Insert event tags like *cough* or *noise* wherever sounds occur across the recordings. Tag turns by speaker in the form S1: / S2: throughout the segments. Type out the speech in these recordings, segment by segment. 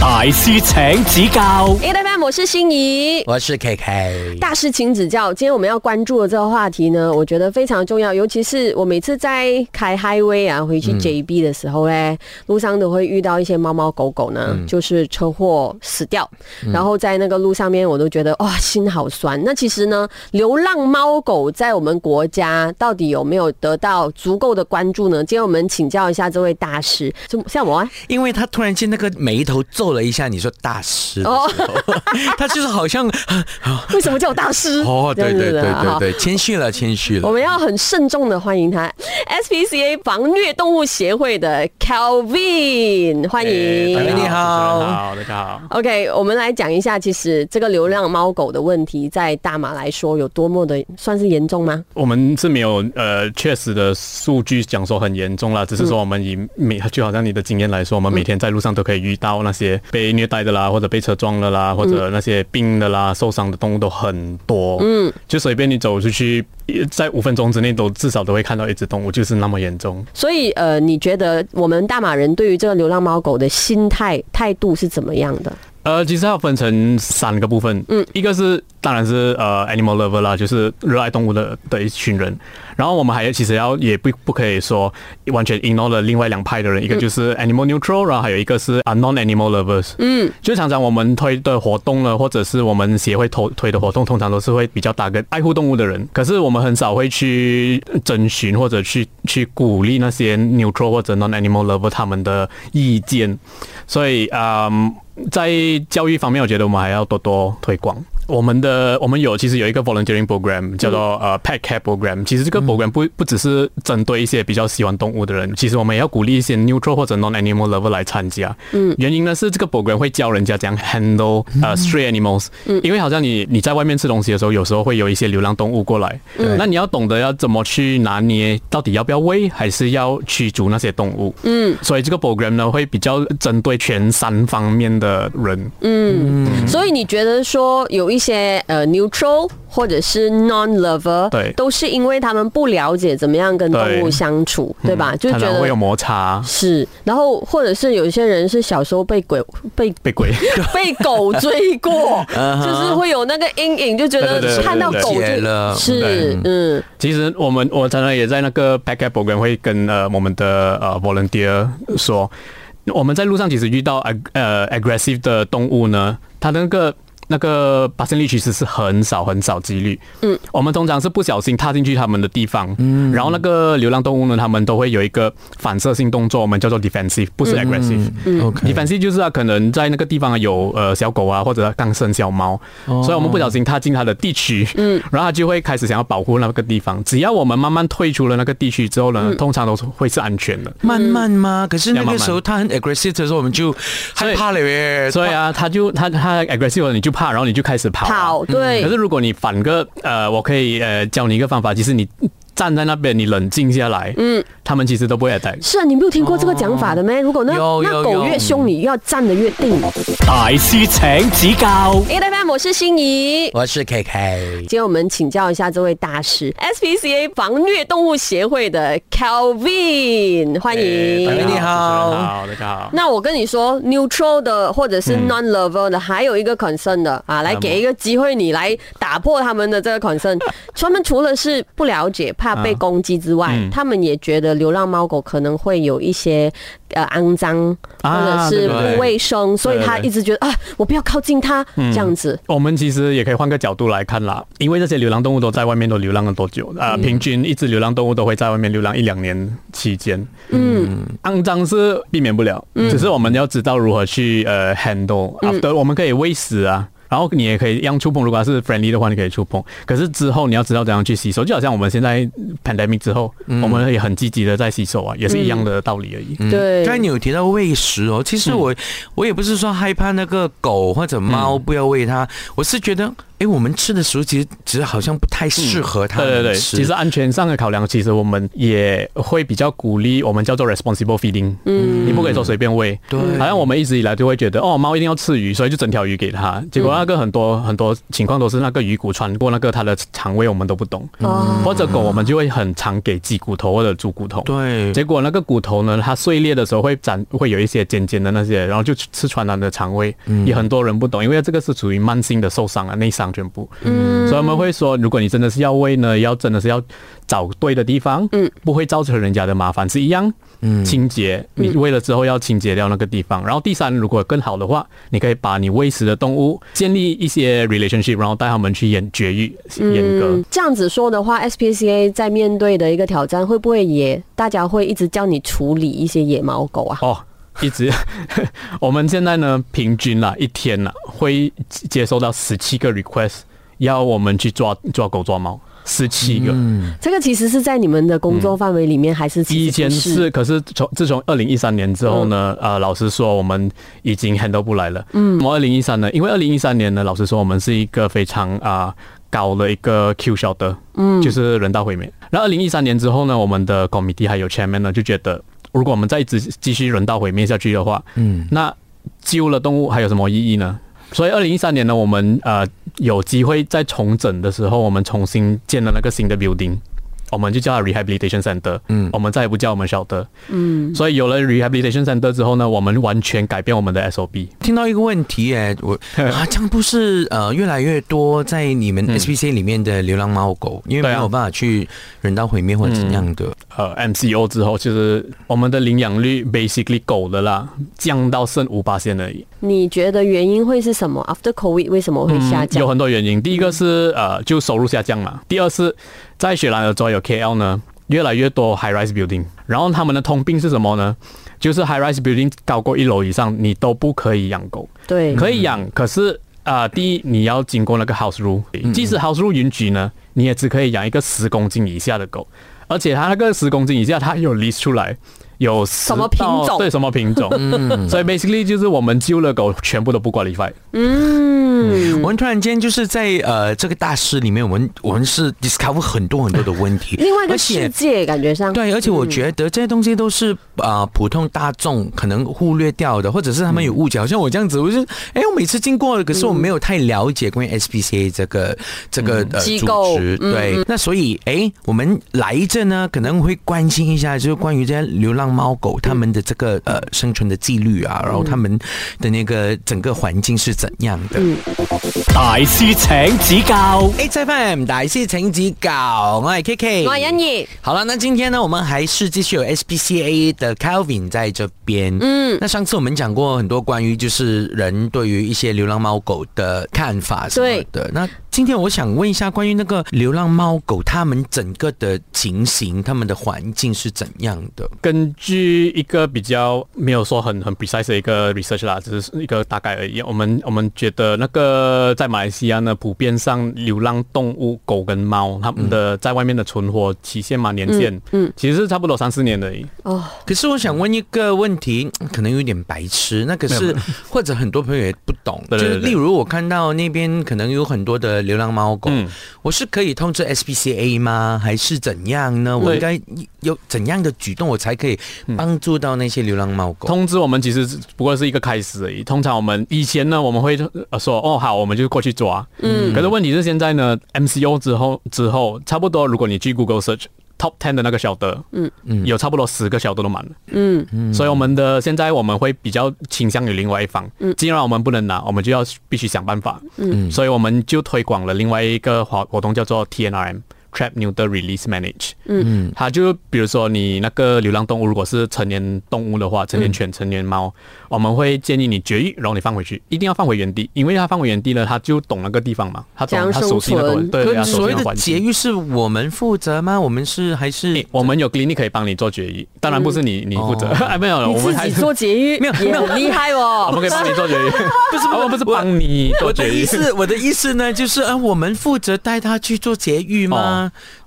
S1: 大师请指教，
S2: A 大 M，我是心仪。
S3: 我是 KK。
S2: 大师请指教。今天我们要关注的这个话题呢，我觉得非常重要，尤其是我每次在开 highway 啊回去
S3: 嗯
S2: JB 的时候嘞，路上都会遇到一些猫猫狗狗呢，
S3: 嗯
S2: 就是车祸死掉，然后在那个路上面，我都觉得哇、心好酸。那其实呢，流浪猫狗在我们国家到底有没有得到足够的关注呢？今天我们请教一下这位大师，就像我啊，
S3: 因为他突然间那个眉头皱了一下，你说大师的
S1: 哦
S3: 时候， *laughs* 他就是好像
S2: 哦
S3: 呃
S2: 为什么叫我大师？
S3: 哦，对
S2: 这样
S3: 对
S2: 子的
S3: 对对
S2: 哈
S3: 对，谦虚了，谦虚
S2: 我
S1: 哦
S3: 了。
S2: 们要很慎重的欢迎他，SPCA 防虐动物协会的 Calvin，欢迎。
S3: 哎大家你好
S1: 主持人好，大家好。
S2: OK，我们来讲一下，其实这个流浪猫狗的问题在大马来说有多么的算是严重吗？
S1: 我们是没有呃确实的数据讲说很严重啦，只是说我们以每就好像你的经验来说，我们每天在路上都可以遇到那些被虐待的啦，或者被车撞的啦，或者那些病的啦、受伤的动物都很多。嗯，就随便你走出去，呃在五分钟之内都至少都会看到一只动物，就是那么严重。
S2: 所以呃，你觉得我们大马人对于这个流浪猫狗的心态态度是怎么样的？
S1: 呃，其实要分成三个部分，嗯，一个是当然是呃 animal lover 啦，就是热爱动物的的一群人，然后我们还其实要也不不可以说完全 ignore 了另外两派的人，一个就是 animal neutral，然后还有一个是啊 non animal lovers，嗯，就常常我们推的活动呢，或者是我们协会投推的活动，通常都是会比较打跟爱护动物的人，可是我们很少会去征询或者去去鼓励那些 neutral 或者 non animal lover 他们的意见，所以啊。嗯在教育方面，我觉得我们还要多多推广。我们的我们有其实有一个 volunteering program 叫做呃 pet care program，其实这个 program 不不只是针对一些比较喜欢动物的人，其实我们也要鼓励一些 neutral 或者 non animal lover 来参加。嗯，原因呢是这个 program 会教人家怎样 handle
S2: 嗯
S1: 呃 stray animals，、因为好像你你在外面吃东西的时候，有时候会有一些流浪动物过来，
S2: 嗯
S1: 那你要懂得要怎么去拿捏，到底要不要喂，还是要驱逐那些动物。嗯，所以这个 program 呢会比较针对全三方面的人。
S2: 嗯所以你觉得说有一些呃 neutral 或者是 non lover，
S1: 对
S2: 都是因为他们不了解怎么样跟动物
S1: 对
S2: 相处，对吧？就觉
S1: 可能
S2: 得
S1: 会有摩擦，
S2: 是，然后或者是有一些人是小时候被鬼被
S1: 被鬼。
S2: 被狗追
S1: *laughs*
S2: 过，就是会有那个阴影，就觉得
S1: 对嗯对对
S2: 看到狗
S3: 解
S2: 就
S3: 了
S2: 是
S1: 对
S2: 嗯，
S1: 其实我们我常常也在那个 back up program 会跟呃我们的呃 volunteer 说，我们在路上其实遇到 ag- 呃 aggressive 的动物呢，它的那个。那个发生率其实是很少很少几率，嗯，我们通常是不小心踏进去他们的地方，嗯，然后那个流浪动物呢，他们都会有一个反射性动作，我们叫做 defensive，不是 aggressive，、
S3: OK，
S1: defensive 就是它可能在那个地方有呃小狗啊，或者刚生小猫，所以我们不小心踏进它的地区，嗯， *laughs* 然后它就会开始想要保护那个地方。只要我们慢慢退出了那个地区之后呢，通常都是会是安全的。
S3: 慢慢吗？可是那
S1: 要慢
S3: 个
S1: 慢
S3: 时候他很 aggressive 的时候，我们就
S1: 以
S3: 害怕了耶。
S1: 所以啊，它就它它 aggressive 了，你就怕，然后你就开始跑啊、
S2: 跑
S1: 可是
S2: 对，
S1: 如果你反个呃，我可以呃教你一个方法，其实你站在那边，你冷静下来，嗯，他们其实都不会 attack。
S2: 是啊，你没有听过这个讲法的
S1: 哦
S2: 咩？如果那
S3: 有
S2: 那
S3: 有
S2: 狗
S3: 有
S2: 越凶，你要站得越定。
S1: 大师请指教。
S2: A 大 M，我是心仪。
S3: 我是 KK。
S2: 今天我们请教一下这位大师，SPCA 防虐动物协会的 Calvin，欢
S1: 哎
S2: 迎。
S3: 大家你好
S1: 好，大家好。
S2: 那我跟你说，neutral 的或者
S1: 嗯
S2: 是 non lover 的，还有一个 concern 的啊，来给一个机会你来打破他们的这
S1: *laughs*
S2: 个 concern。他们除了是不了解、怕
S1: 啊
S2: 被攻击之外，
S1: 嗯
S2: 他们也觉得流浪猫狗可能会有一些呃肮脏或者
S1: 啊
S2: 是
S1: 对对对嗯
S2: 不卫生，所以他一直觉得啊，我不要靠近它这样子。
S1: 我们其实也可以换个角度来看啦，因为这些流浪动物都在外面都流浪了多久啊、呃平均一只流浪动物都会在外面流浪一两年期间。嗯，肮脏是避免不了，只是我们要知道如何去呃 handle。after、我们可以喂食啊。然后你也可以让触碰，如果它是 friendly 的话，你可以触碰。可是之后你要知道怎样去吸收，就好像我们现在 pandemic 之后，我们也很积极的在吸收啊，也是一样的道理而已。
S2: 嗯对，
S3: 刚才你有提到喂食哦，
S1: 嗯
S3: 其实我我也不是说害怕那个狗或者猫不要喂它，我是觉得，哎、哎，我们吃的食物其实其实好像不太适合他
S1: 对嗯对
S3: 们
S1: 对，
S3: 吃。
S1: 其实安全上的考量，其实我们也会比较鼓励我们叫做 responsible feeding。嗯，你不可以说随便喂。
S3: 对
S1: 好像我们一直以来就会觉得，哦，猫一定要吃鱼，所以就整条鱼给它。结果那个很多、很多情况都是那个鱼骨穿过那个它的肠胃，我们都不懂。
S2: 哦
S1: 或者狗，我们就会很常给鸡骨头或者猪骨头。
S3: 对
S1: 结果那个骨头呢，它碎裂的时候会长，会有一些尖尖的那些，然后就刺穿它的肠胃。也很多人不懂，因为这个是属于慢性的受伤啊，内伤全部。嗯，所以我们会说，如果你真的是要喂呢，要真的是要找对的地方，嗯，不会造成人家的麻烦是一样。嗯，清洁，你喂了之后要清洁掉那个地方。然后第三，如果更好的话，你可以把你喂食的动物建立一些 relationship，然后带它们去演绝育、阉割。
S2: 嗯，这样子说的话，SPCA 在面对的一个挑战，会不会也大家会一直叫你处理一些野猫狗啊？
S1: 哦，一直 *laughs* 我们现在呢，平均啦一天啦会接收到十七个 request，要我们去抓抓狗抓猫，十七个。
S2: 这个其实是在你们的工作范围里面，还是其实
S1: 以前
S2: 不
S1: 是，可是从自从二零一三年之后呢，呃，老实说，我们已经 handle 不来了。嗯，我二零一三呢，因为二零一三年呢，老实说，我们是一个非常啊、高的一个 Q shelter，嗯，就是人道毁灭。然后二零一三年之后呢，我们的 committee 还有 chairman 呢就觉得，如果我们再一直继续人道毁灭下去的话，嗯，那救了动物还有什么意义呢？所以二零一三年呢，我们呃有机会在重整的时候，我们重新建了那个新的 building。我们就叫它 rehabilitation center，嗯，我们再也不叫我们 shelter，嗯，所以有了 rehabilitation center 之后呢，我们完全改变我们的 SOP，
S3: 听到一个问题耶，
S1: *laughs*
S3: 我啊，这样不是呃越来越多在你们 SPC 里面的流浪猫狗，因为
S1: 嗯对
S3: 没
S1: 啊
S3: 有办法去人道毁灭或者怎样的，
S1: 呃 MCO 之后，其实我们的领养率 basically 狗的啦，降到剩五八线而已，
S2: 你觉得原因会是什么？After COVID 为什么会下降？
S1: 嗯有很多原因，第一个是呃就收入下降嘛，第二是在雪兰莪州有 KL 呢，越来越多 high rise building，然后他们的通病是什么呢？就是 high rise building 高过一楼以上，你都不可以养狗。
S2: 对，
S1: 可以养，可是啊、呃第一你要经过那个 house rule，即使 house rule 允许呢，你也只可以养一个十公斤以下的狗，而且它那个十公斤以下，它有 list 出来。有什
S2: 么品种
S1: 对，什么品种？所以 basically 就是我们救了狗，全部都不 qualify。
S2: 嗯，
S3: 我们突然间就是在呃这个大师里面，我们我们是 discover 很多很多的问
S1: *laughs*
S3: 题，
S2: 另外一
S3: 而
S2: 个世
S3: 且
S2: 界感觉上，嗯
S3: 对，而且我觉得这些东西都是啊、呃普通大众可能忽略掉的，或者是他们
S2: 嗯
S3: 有误解。好像我这样子，我就哎，我每次经过，可是我没有太了解关于 SPCA 这个这个呃
S2: 机
S3: 组
S2: 构
S3: 织。
S2: 嗯
S3: 对，那所以哎，我们来这呢，可能会关心一下，就是关于这些流浪猫
S2: 嗯
S3: 狗他们的这个呃生存的纪律啊，然后他们的那个整个环境是怎样的。
S2: 嗯
S4: 大师请指教，
S3: H F M 大师请指教，我系 K K，
S2: 我欣怡，
S3: 好了，那今天呢，我们还是继续有 SPCA 的 Calvin 在这边。嗯，那上次我们讲过很多关于就是人对于一些流浪猫狗的看法什么的。那今天我想问一下，关于那个流浪猫狗，它们整个的情形、它们的环境是怎样的？
S1: 根据一个比较没有说很很 precise 的一个 research 啦，只是一个大概而已。我们我们觉得那个在马来西亚呢，普遍上流浪动物狗跟猫，它们的在外面的存活期限嘛，年限，嗯，其实是差不多三四年而已。
S2: 哦，
S3: 可是我想问一个问题，可能有点白痴，那可
S1: 没有
S3: 是或者很多朋友也不懂，
S1: 对对对
S3: 就是例如我看到那边可能有很多的流浪猫狗，
S1: 嗯
S3: 我是可以通知 SPCA 吗？还是怎样呢？我应该有怎样的举动，我才可以帮助到那些流浪猫狗？
S1: 嗯通知我们其实是不过是一个开始而已。通常我们以前呢，我们会呃说哦好，我们就过去抓。嗯，可是问题是现在呢，MCO 之后之后，差不多如果你去 Google search。Top ten 的那个小的，嗯嗯，有差不多十个小的都满了，
S2: 嗯
S1: 嗯，所以我们的现在我们会比较倾向于另外一方，嗯，既然我们不能拿，我们就要必须想办法，嗯，所以我们就推广了另外一个活活动叫做 TNRM Trap Neuter Release Manage，嗯，它就比如说你那个流浪动物如果是成年动物的话，成年犬、成年猫，我们会建议你绝育，然后你放回去，一定要放回原地，因为它放回原地呢，它就懂那个地方嘛，它
S2: 怎样
S1: 懂它熟悉那个
S2: 生存
S1: 环对，
S3: 可
S1: 它
S3: 是所
S1: 熟悉
S3: 谓
S1: 那个
S3: 的
S1: 环
S3: 节
S1: 境。哎
S3: 育是我们负责吗？我们是还是、
S1: 诶我们有 clinic 可以帮你做绝育，当然不是你你负责， *laughs*
S3: 哦
S1: 哎没有，
S2: 你
S1: 我们
S2: 自
S1: 还
S2: 己
S1: 是
S2: 做节育
S3: 没有
S2: 也很厉害哦，
S1: *laughs* 我们可以帮你做绝育，不是我们不是帮你
S3: 我
S1: 做
S3: 的
S1: 绝
S3: 意
S1: 育，
S3: 思，我的意思呢，就是啊，我们负责带它去做节育吗？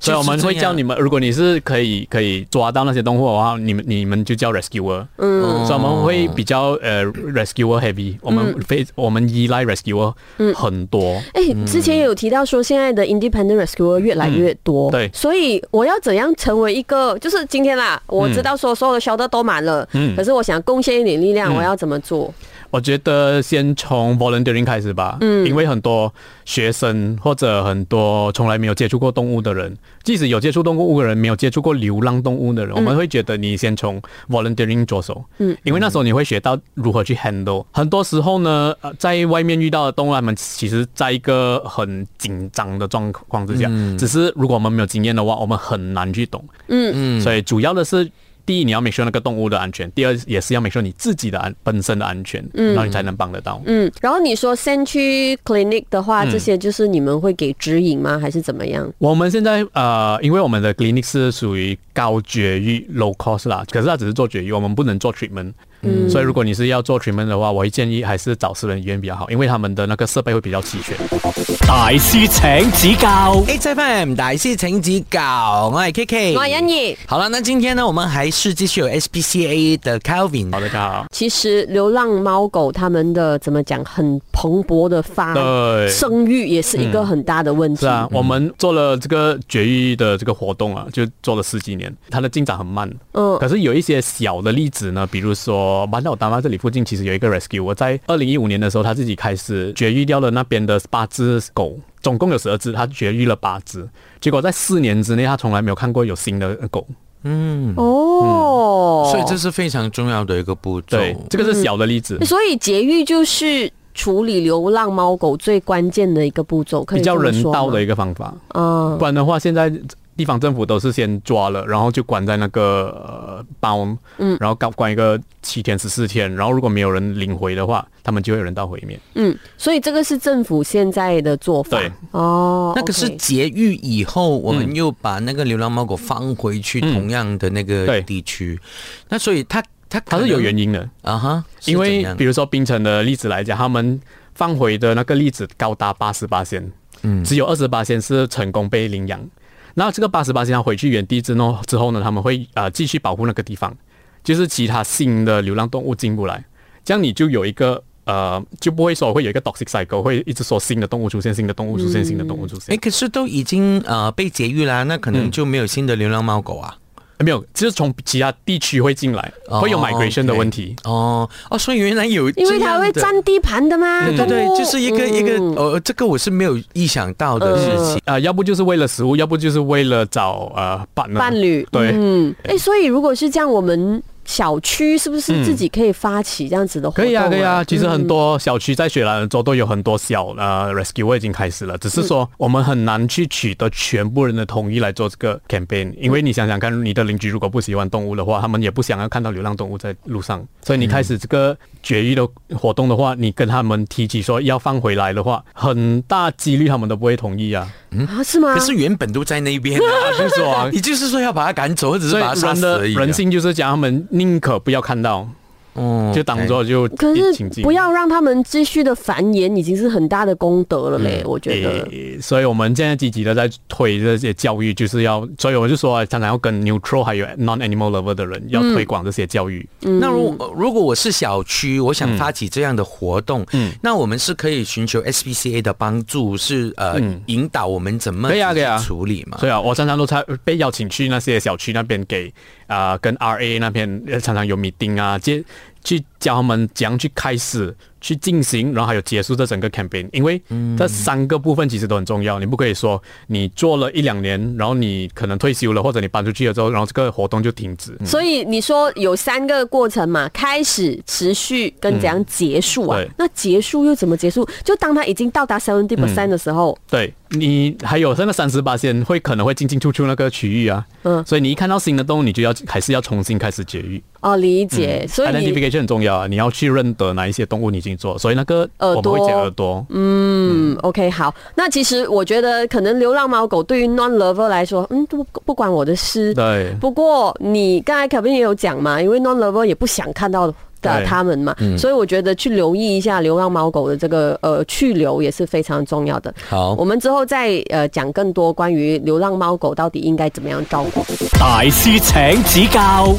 S1: 所以哦我们会叫你们，如果你是可以可以抓到那些动物的话，你们你们就叫 rescuer。
S3: 哦
S1: 所以我们会比较呃 rescuer heavy，我们非、我们依赖 rescuer 很多。
S2: 哎、之前也有提到说，现在的 independent rescuer 越来越多，
S1: 嗯对
S2: 所以我要怎样成为一个，就是今天啦，我知道说所有的 shelter 都满了，
S1: 嗯
S2: 可是我想贡献一点力量，我要怎么做？
S1: 我觉得先从 volunteering 开始吧，因为很多学生或者很多从来没有接触过动物的人，即使有接触动物的人，没有接触过流浪动物的人，我们会觉得你先从 volunteering 着手，嗯，因为那时候你会学到如何去 handle。很多时候呢，呃，在外面遇到的动物，它们其实在一个很紧张的状况之下，只是如果我们没有经验的话，我们很难去懂，嗯嗯，所以主要的是。第一，你要 make sure 那个动物的安全；第二，也是要 make sure 你自己的安本身的安全，然后你才能帮得到。
S2: 嗯，然后你说先去 clinic 的
S1: 嗯
S2: 话，这些就是你们会给指引吗？还是怎么样？
S1: 我们现在呃，因为我们的 clinic 是属于高绝育 low cost 啦，可是它只是做绝育，我们不能做 treatment。嗯，所以如果你是要做 treatment 的话，我会建议还是找私人医院比较好，因为他们的那个设备会比较齐全。
S4: 大师请指教，
S3: H F M 大师请指教，我系 K K，
S2: 马妍也。
S3: 好了，那今天呢，我们还是继续有 S P C A 的 Calvin
S1: 好的，大家好。
S2: 其实流浪猫狗它们的怎么讲，很蓬勃的发
S1: 对
S2: 生育也是一个很大的问题。
S1: 是啊，我们做了这个绝育的这个活动啊，就做了十几年，它的进展很慢。
S2: 嗯
S1: 可是有一些小的例子呢，比如说马岛达妈这里附近其实有一个 rescue，我在二零一五年的时候，他自己开始绝育掉了那边的八只狗，总共有十二只，他绝育了八只，结果在四年之内，他从来没有看过有新的狗。
S2: 哦、
S3: 嗯所以这是非常重要的一个步骤。
S1: 对，这个是小的例子。
S2: 所以节育就是处理流浪猫狗最关键的一个步骤，可以
S1: 比较人道的一
S2: 个，
S1: 个方法，
S2: 嗯
S1: 不然的话，现在地方政府都是先抓了，然后就关在那个呃包，嗯，然后关关一个七天十四天，然后如果没有人领回的话，他们就会人道毁灭。
S2: 嗯，所以这个是政府现在的做法
S1: 对，
S2: 哦，
S3: 那可是
S2: OK
S3: 节育以后，我们
S1: 嗯
S3: 又把那个流浪猫狗放回去
S1: 嗯
S3: 同样的那个
S1: 对
S3: 地区，那所以它它
S1: 它
S3: 它
S1: 是有原因的，
S3: 啊哈，是
S1: 因
S3: 怎
S1: 为
S3: 样
S1: 比如说冰城的例子来讲，他们放回的那个例子高达八十八线，
S3: 嗯
S1: 只有二十八线是成功被领养。那这个八十八线回去原地之后之后呢，他们会呃继续保护那个地方，就是其他新的流浪动物进不来，这样你就有一个。呃，就不会说会有一个 toxic cycle，会一直说新的动物出现，新的动物出现，新的动物出
S3: 哎，
S1: 现。
S3: 可是都已经呃被节育啦，那可能
S1: 嗯
S3: 就没有新的流浪猫狗啊。
S1: 哎没有，就是从其他地区会进来，会有
S3: 哦
S1: migration 的
S3: OK
S1: 问题。
S3: 哦哦，所以原来有
S2: 因
S3: 这
S2: 为它
S3: 样
S2: 会
S3: 的
S2: 占地盘的嘛，
S1: 嗯
S3: 对对对，
S1: 哦
S2: 动物
S3: 就是一个一个
S2: 嗯
S3: 呃，这个我是没有意想到的事情。
S1: 啊、要不就是为了食物，要不就是为了找呃伴
S2: 伴侣，
S1: 对
S2: 嗯，哎，所以如果是这样，我们小区是不是自己可以发起这样子的活
S1: 嗯
S2: 动、嗯
S1: 可以啊，可以啊。其实很多小区在雪兰州都有很多小呃 rescue 已经开始了，只是
S2: 嗯
S1: 说我们很难去取得全部人的同意来做这个
S2: 嗯
S1: campaign，因为你想想看，你的邻居如果不喜欢动物的话，他们也不想要看到流浪动物在路上，所以你开始这个绝育的活动的话，你跟他们提起说要放回来的话，很大几率他们都不会同意啊。
S2: 啊，是吗？
S3: 可是原本都在那边、
S2: 嗯
S3: 啊，
S1: *laughs* 就是说啊
S3: 你就是说要把它赶走，或者 *laughs* 是
S1: 所以
S3: 把它杀
S1: 人
S3: 死
S1: 的
S3: 而已啊、
S1: 人性就是讲，他们宁可不要看到，
S3: 哦
S1: 就当做就
S2: 可是
S1: 请进
S2: 不要让他们继续的繁衍，已经是很大的功德了嘞，我觉得。
S1: 嗯诶所以我们现在积极的在推这些教育，就是要，所以我就说，啊常常要跟 neutral 还有 non animal lover 的人要推广这些教育。
S2: 嗯
S3: 那如如果我是小区，我想发起这样的活动，
S1: 嗯
S3: 那我们是可以寻求 SPCA 的帮助，是呃、引导我们怎
S1: 嗯
S3: 么
S1: 可以啊可以啊
S3: 去处理嘛？
S1: 所以啊，我常常都才被邀请去那些小区那边给啊、呃跟 RA 那边呃常常有 meeting 啊，接去教他们怎样去开始、去进行，然后还有结束这整个 campaign。因为这三个部分其实都很重要，你不可以说你做了一两年，然后你可能退休了，或者你搬出去了之后，然后这个活动就停止。
S2: 所以你说有三个过程嘛，开始、持续跟怎样结束啊？
S1: 嗯对嗯
S2: 那结束又怎么结束？就当它已经到达 seventy percent 的时候，
S1: 对你还有那个三十八线会可能会进进出出那个区域啊，
S2: 嗯
S1: 所以你一看到新的动物，你就要还是要重新开始绝育。
S2: 哦，理
S1: 嗯
S2: 解。所以你
S1: identification 很重要啊，你要去认得哪一些动物你已经做，所以那个
S2: 耳
S1: 我们
S2: 朵
S1: 会剪耳朵，
S2: 嗯，OK，好。那其实我觉得，可能流浪猫狗对于 non lover 来说，嗯，都不不关我的事。
S1: 对，
S2: 不过你刚才 Kevin 也有讲嘛，因为 non lover 也不想看到的
S1: 对
S2: 他们嘛，所以我觉得去留意一下流浪猫狗的这个呃去留也是非常重要的。
S3: 好
S2: 我们之后再呃讲更多关于流浪猫狗到底应该怎么样照顾。
S4: 大师请指教。